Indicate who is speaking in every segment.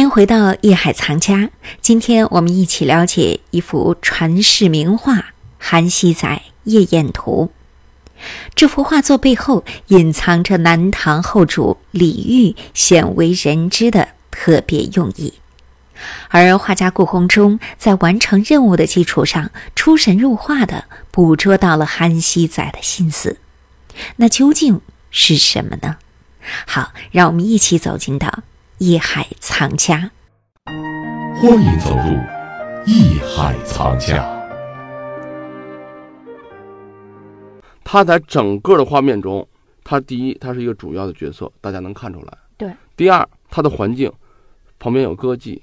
Speaker 1: 迎回到夜海藏家，今天我们一起了解一幅传世名画《韩熙载夜宴图》。这幅画作背后隐藏着南唐后主李煜鲜为人知的特别用意，而画家顾闳中在完成任务的基础上，出神入化的捕捉到了韩熙载的心思。那究竟是什么呢？好，让我们一起走进到艺海藏家。
Speaker 2: 欢迎走入艺海藏家。
Speaker 3: 他在整个的画面中，他第一，他是一个主要的角色，大家能看出来。
Speaker 4: 对。
Speaker 3: 第二，他的环境旁边有歌妓，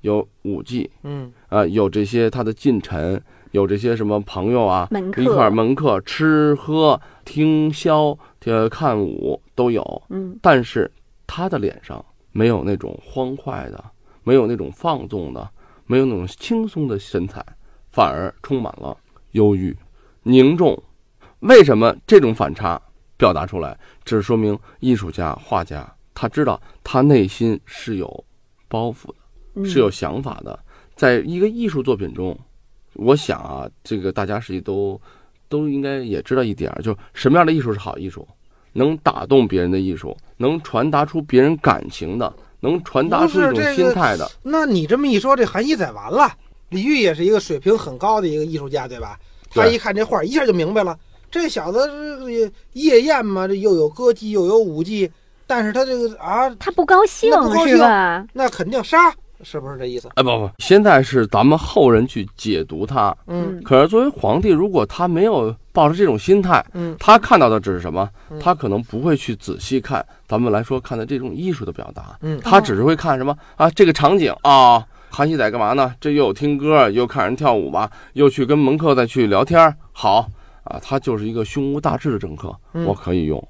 Speaker 3: 有舞妓，
Speaker 5: 嗯，
Speaker 3: 啊、有这些他的近臣，有这些什么朋友啊，
Speaker 4: 门客
Speaker 3: 一块儿门客吃喝听箫，呃，看舞都有。
Speaker 4: 嗯，
Speaker 3: 但是他的脸上没有那种欢快的，没有那种放纵的，没有那种轻松的神采，反而充满了忧郁、凝重。为什么这种反差表达出来，只说明艺术家、画家他知道他内心是有包袱
Speaker 4: 嗯
Speaker 3: 的，
Speaker 5: 嗯
Speaker 3: 是有想法的。在一个艺术作品中，我想啊，这个大家实际都都应该也知道一点儿，就是什么样的艺术是好艺术，能打动别人的艺术，能传达出别人感情的，能传达出一
Speaker 5: 不
Speaker 3: 种
Speaker 5: 是这个
Speaker 3: 心态的。
Speaker 5: 那你这么一说，这韩熙载完了。李煜也是一个水平很高的一个艺术家，对吧？他
Speaker 3: 对
Speaker 5: 一看这画，一下就明白了，这小子是夜宴嘛，这又有歌妓，又有舞技，但是他这个啊，
Speaker 4: 他不高兴
Speaker 5: 那不高兴
Speaker 4: 是吧？
Speaker 5: 那肯定杀，是不是这意思？
Speaker 3: 哎，不不，现在是咱们后人去解读它。
Speaker 5: 嗯
Speaker 3: 可是作为皇帝，如果他没有抱着这种心态，
Speaker 5: 嗯
Speaker 3: 他看到的只是什么
Speaker 5: 嗯？
Speaker 3: 他可能不会去仔细看，咱们来说看的这种艺术的表达，
Speaker 5: 嗯
Speaker 3: 他只是会看什么啊？这个场景啊，韩熙载干嘛呢？这又有听歌，又看人跳舞吧，又去跟门客再去聊天儿，好啊，他就是一个胸无大志的政客，
Speaker 5: 嗯
Speaker 3: 我可以用。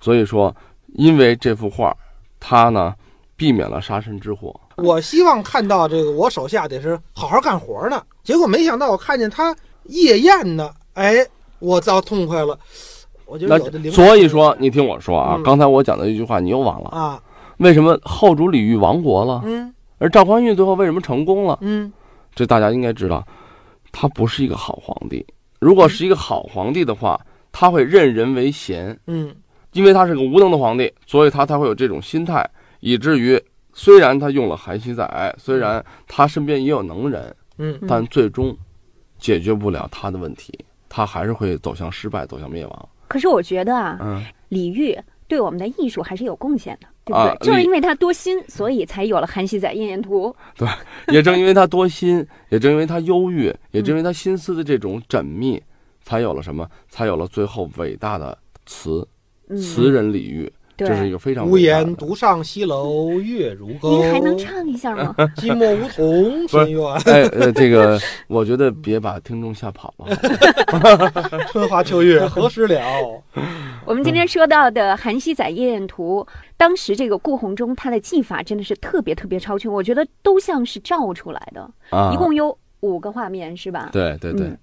Speaker 3: 所以说，因为这幅画，他呢避免了杀身之祸。
Speaker 5: 我希望看到这个，我手下得是好好干活呢。结果没想到，我看见他夜宴呢，哎，我遭痛快了。我觉得
Speaker 3: 那
Speaker 5: 有的灵感
Speaker 3: 所以说，你听我说啊，
Speaker 5: 嗯
Speaker 3: 刚才我讲的一句话你又忘了，
Speaker 5: 啊，
Speaker 3: 为什么后主李煜亡国了，
Speaker 5: 嗯
Speaker 3: 而赵匡胤最后为什么成功了？
Speaker 5: 嗯
Speaker 3: 这大家应该知道，他不是一个好皇帝。如果是一个好皇帝的话，他会任人唯贤，
Speaker 5: 嗯
Speaker 3: 因为他是个无能的皇帝，所以他才会有这种心态，以至于虽然他用了韩熙载，虽然他身边也有能人，
Speaker 5: 嗯
Speaker 3: 但最终解决不了他的问题，他还是会走向失败，走向灭亡。
Speaker 4: 可是我觉得啊，
Speaker 3: 嗯，
Speaker 4: 李煜对我们的艺术还是有贡献的，对不
Speaker 3: 啊
Speaker 4: 对？就是
Speaker 3: 李
Speaker 4: 因为他多心，所以才有了《韩熙载夜宴图》。
Speaker 3: 也正因为他多心，也正因为他忧郁，
Speaker 4: 嗯
Speaker 3: 也正因为他心思的这种缜密，才有了什么？才有了最后伟大的词
Speaker 4: 嗯，
Speaker 3: 词人李煜，这是一
Speaker 4: 对。
Speaker 3: 个非常
Speaker 5: 无
Speaker 3: 伟大
Speaker 5: 言
Speaker 3: 的
Speaker 5: 独上西楼，月如钩。
Speaker 4: 您还能 唱一下
Speaker 3: 哦
Speaker 4: 吗？
Speaker 5: 寂寞梧桐 深院，
Speaker 3: 哎呃，这个我觉得别把听众吓跑了。
Speaker 5: 春花秋月何时
Speaker 3: 啊
Speaker 5: 了？
Speaker 4: 我们今天说到的《韩熙载夜宴图》，当时这个顾闳中他的技法真的是特别特别超群，我觉得都像是照出来的。
Speaker 3: 啊
Speaker 4: 一共有五个画面是吧？
Speaker 3: 对对对
Speaker 4: 嗯，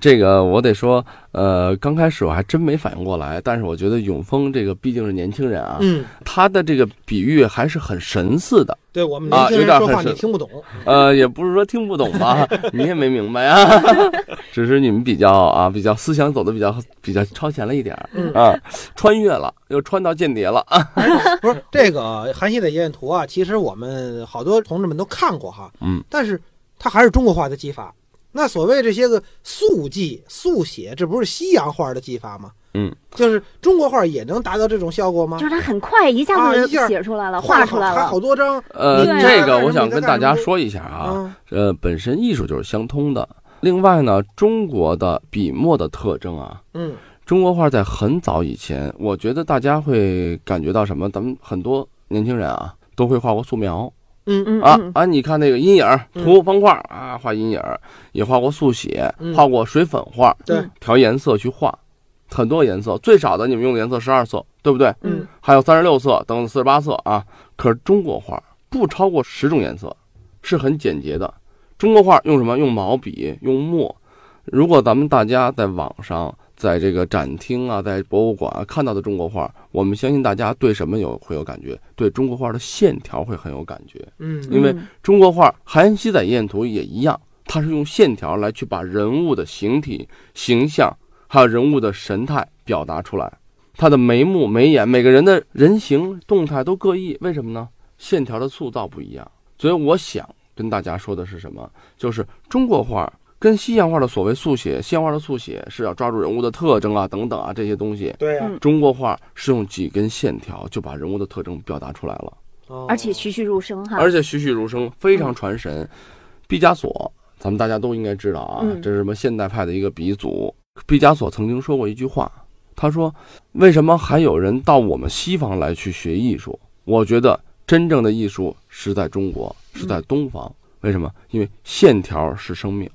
Speaker 3: 这个我得说，呃，刚开始我还真没反应过来，但是我觉得永峰这个毕竟是年轻人啊，
Speaker 5: 嗯，
Speaker 3: 他的这个比喻还是很神似的。
Speaker 5: 对我们
Speaker 3: 啊
Speaker 5: 年轻
Speaker 3: 有点
Speaker 5: 人说话
Speaker 3: 很
Speaker 5: 你
Speaker 3: 深
Speaker 5: 听不懂，
Speaker 3: 呃，也不是说听不懂吧，你也没明白啊，只是你们比较啊，比较思想走的比较比较超前了一点儿
Speaker 5: 嗯
Speaker 3: 啊，穿越了，又穿到间谍了啊，
Speaker 5: 不是这个《韩熙载夜宴图》啊，其实我们好多同志们都看过哈，
Speaker 3: 嗯，
Speaker 5: 但是它还是中国画的技法。那所谓这些个速技、速写，这不是西洋画的技法吗？
Speaker 3: 嗯，
Speaker 5: 就是中国画也能达到这种效果吗
Speaker 4: 就？是他很快一下
Speaker 5: 啊
Speaker 4: 子
Speaker 5: 一下
Speaker 4: 写出来了，
Speaker 5: 画
Speaker 4: 画
Speaker 5: 了
Speaker 4: 出来
Speaker 5: 好还好
Speaker 4: 了。
Speaker 5: 多张
Speaker 3: 呃
Speaker 4: 对，啊
Speaker 3: 这个我想跟大家说一下啊，
Speaker 5: 啊，
Speaker 3: 呃，本身艺术就是相通的。另外呢，中国的笔墨的特征啊，
Speaker 5: 嗯
Speaker 3: 中国画在很早以前，我觉得大家会感觉到什么？咱们很多年轻人啊，都会画过素描
Speaker 5: 嗯嗯
Speaker 4: 嗯
Speaker 3: 啊
Speaker 4: 嗯，
Speaker 3: 啊！你看那个阴影儿
Speaker 5: 嗯
Speaker 3: 涂方块儿啊，画阴影儿，也画过速写，
Speaker 5: 嗯
Speaker 3: 画过水粉画，
Speaker 5: 对，
Speaker 3: 调颜色去画，很多颜色，最少的你们用的颜色十二色，对不对？
Speaker 4: 嗯，
Speaker 3: 还有三十六色等四十八色啊。可是中国画不超过十种颜色，是很简洁的。中国画用什么？用毛笔，用墨。如果咱们大家在网上、在这个展厅啊，在博物馆啊看到的中国画，我们相信大家对什么有会有感觉？对中国画的线条会很有感觉，
Speaker 5: 嗯
Speaker 3: 因为
Speaker 4: 嗯
Speaker 3: 中国画《韩熙载夜宴图》也一样，它是用线条来去把人物的形体、形象，还有人物的神态表达出来。他的眉目、眉眼，每个人的人形动态都各异，为什么呢？线条的塑造不一样。所以我想跟大家说的是什么？就是中国画跟西洋画的所谓速写，西洋画的速写是要抓住人物的特征啊、等等啊这些东西。
Speaker 5: 对呀、
Speaker 4: 嗯
Speaker 3: 中国画是用几根线条就把人物的特征表达出来了。
Speaker 5: 哦
Speaker 4: 而且栩栩如生哈。嗯
Speaker 3: 而且栩栩如生，非常传神。毕加索，咱们大家都应该知道啊，
Speaker 4: 嗯
Speaker 3: 这是什么现代派的一个鼻祖。毕加索曾经说过一句话，他说：“为什么还有人到我们西方来去学艺术？我觉得真正的艺术是在中国，是
Speaker 4: 嗯
Speaker 3: 在东方。为什么？因为线条是生命。”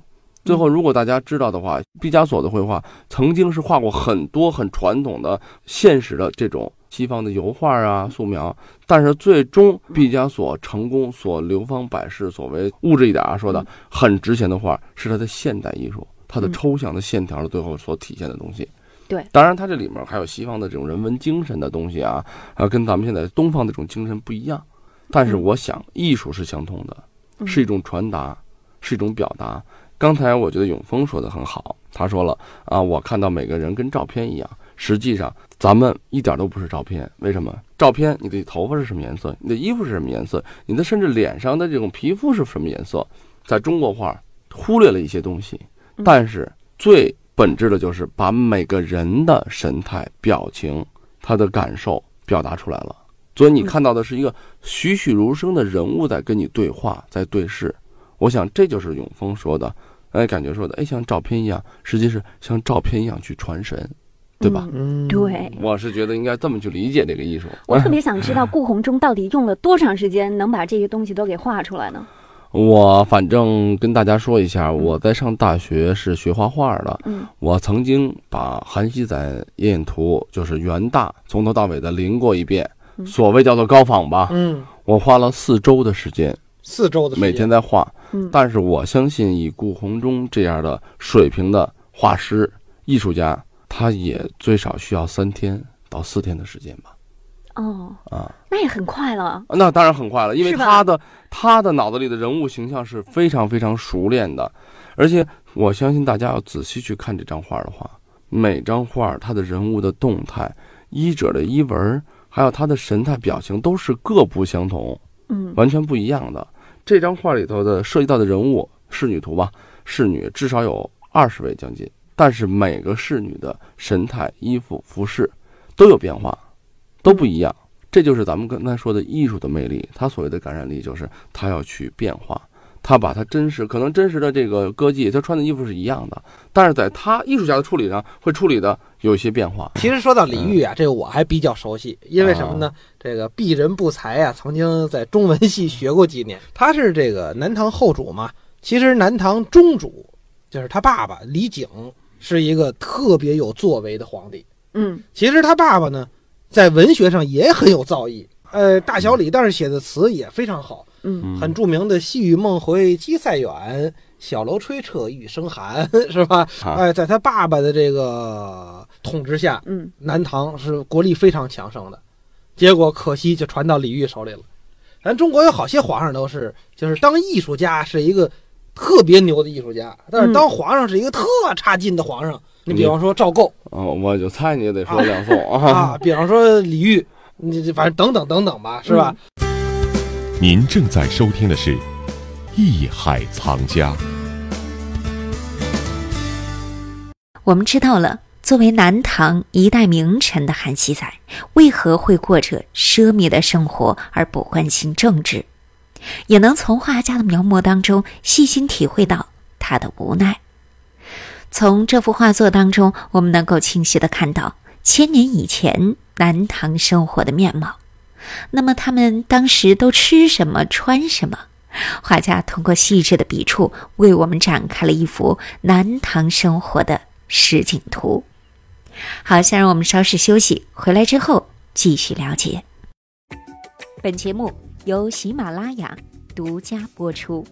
Speaker 3: 最
Speaker 4: 嗯
Speaker 3: 后，如果大家知道的话，毕加索的绘画曾经是画过很多很传统的、现实的这种西方的油画啊、素描，但是最终毕加索成功所流芳百世，所谓物质一点啊说的很值钱的画，是他的现代艺术，他的
Speaker 4: 嗯
Speaker 3: 抽象的线条的最后所体现的东西。
Speaker 4: 对
Speaker 3: 当然它这里面还有西方的这种人文精神的东西啊，啊，跟咱们现在东方的这种精神不一样。但是
Speaker 4: 嗯
Speaker 3: 我想，艺术是相通的，
Speaker 4: 嗯
Speaker 3: 是一种传达，是一种表达。刚才我觉得永峰说的很好，他说了啊，我看到每个人跟照片一样，实际上咱们一点都不是照片。为什么？照片你的头发是什么颜色，你的衣服是什么颜色，你的甚至脸上的这种皮肤是什么颜色，在中国画忽略了一些东西，
Speaker 4: 嗯
Speaker 3: 但是最本质的就是把每个人的神态、表情、他的感受表达出来了。所以你
Speaker 4: 嗯
Speaker 3: 看到的是一个栩栩如生的人物在跟你对话，在对视。我想这就是永峰说的，哎，感觉说的，哎，像照片一样，实际是像照片一样去传神，对吧？
Speaker 4: 嗯
Speaker 5: 嗯
Speaker 4: 对，
Speaker 3: 我是觉得应该这么去理解这个艺术。
Speaker 4: 我特别想知道顾闳中到底用了多长时间能把这些东西都给画出来呢？
Speaker 3: 我反正跟大家说一下，我在上大学是学画画的。
Speaker 4: 嗯
Speaker 3: 我曾经把《韩熙载夜宴图》就是元大从头到尾的临过一遍，
Speaker 4: 嗯
Speaker 3: 所谓叫做高仿吧。
Speaker 5: 嗯，
Speaker 3: 我花了四周的时间，
Speaker 5: 四周的时间
Speaker 3: 每天在画。
Speaker 4: 嗯
Speaker 3: 但是我相信，以顾闳中这样的水平的画师、艺术家，他也最少需要三天到四天的时间吧。
Speaker 4: 哦，
Speaker 3: 啊，
Speaker 4: 那也很快了。
Speaker 3: 那当然很快了，因为
Speaker 4: 是吧
Speaker 3: 他的他的脑子里的人物形象是非常非常熟练的，而且我相信大家要仔细去看这张画的话，每张画他的人物的动态、衣者的衣纹，还有他的神态表情都是各不相同，
Speaker 4: 嗯
Speaker 3: 完全不一样的。这张画里头的涉及到的人物仕女图吧，仕女至少有二十位将近，但是每个仕女的神态、衣服、服饰都有变化，都不一样。这就是咱们刚才说的艺术的魅力，它所谓的感染力就是它要去变化，它把它真实，可能真实的这个歌妓，她穿的衣服是一样的，但是在他艺术家的处理上会处理的有一些变化。
Speaker 5: 其实说到李
Speaker 3: 嗯
Speaker 5: 煜啊，这个我还比较熟悉，因为什么
Speaker 3: 啊
Speaker 5: 呢？这个鄙人不才啊，曾经在中文系学过几年。他是这个南唐后主嘛，其实南唐中主就是他爸爸李璟，是一个特别有作为的皇帝。
Speaker 4: 嗯
Speaker 5: 其实他爸爸呢，在文学上也很有造诣，呃，大小李但是写的词也非常好，
Speaker 4: 嗯
Speaker 5: 很著名的“细雨梦回击塞远，小楼吹彻玉生寒”是吧？
Speaker 3: 啊
Speaker 5: 哎，在他爸爸的这个统治下，
Speaker 4: 嗯
Speaker 5: 南唐是国力非常强盛的，结果可惜就传到李煜手里了。咱中国有好些皇上都是，就是当艺术家是一个特别牛的艺术家，但是当皇上是一个特差劲的皇上。你比方说赵构
Speaker 3: 嗯、我就猜你也得说两宋啊。
Speaker 5: 啊，比方说李煜，你这反正等等等等吧，是吧？
Speaker 2: 您正在收听的是《艺海藏家》。
Speaker 1: 我们知道了，作为南唐一代名臣的韩熙载，为何会过着奢靡的生活而不关心政治，也能从画家的描摹当中细心体会到他的无奈。从这幅画作当中，我们能够清晰地看到千年以前南唐生活的面貌。那么他们当时都吃什么、穿什么？画家通过细致的笔触，为我们展开了一幅南唐生活的实景图。好，先让我们稍事休息，回来之后继续了解。本节目由喜马拉雅独家播出。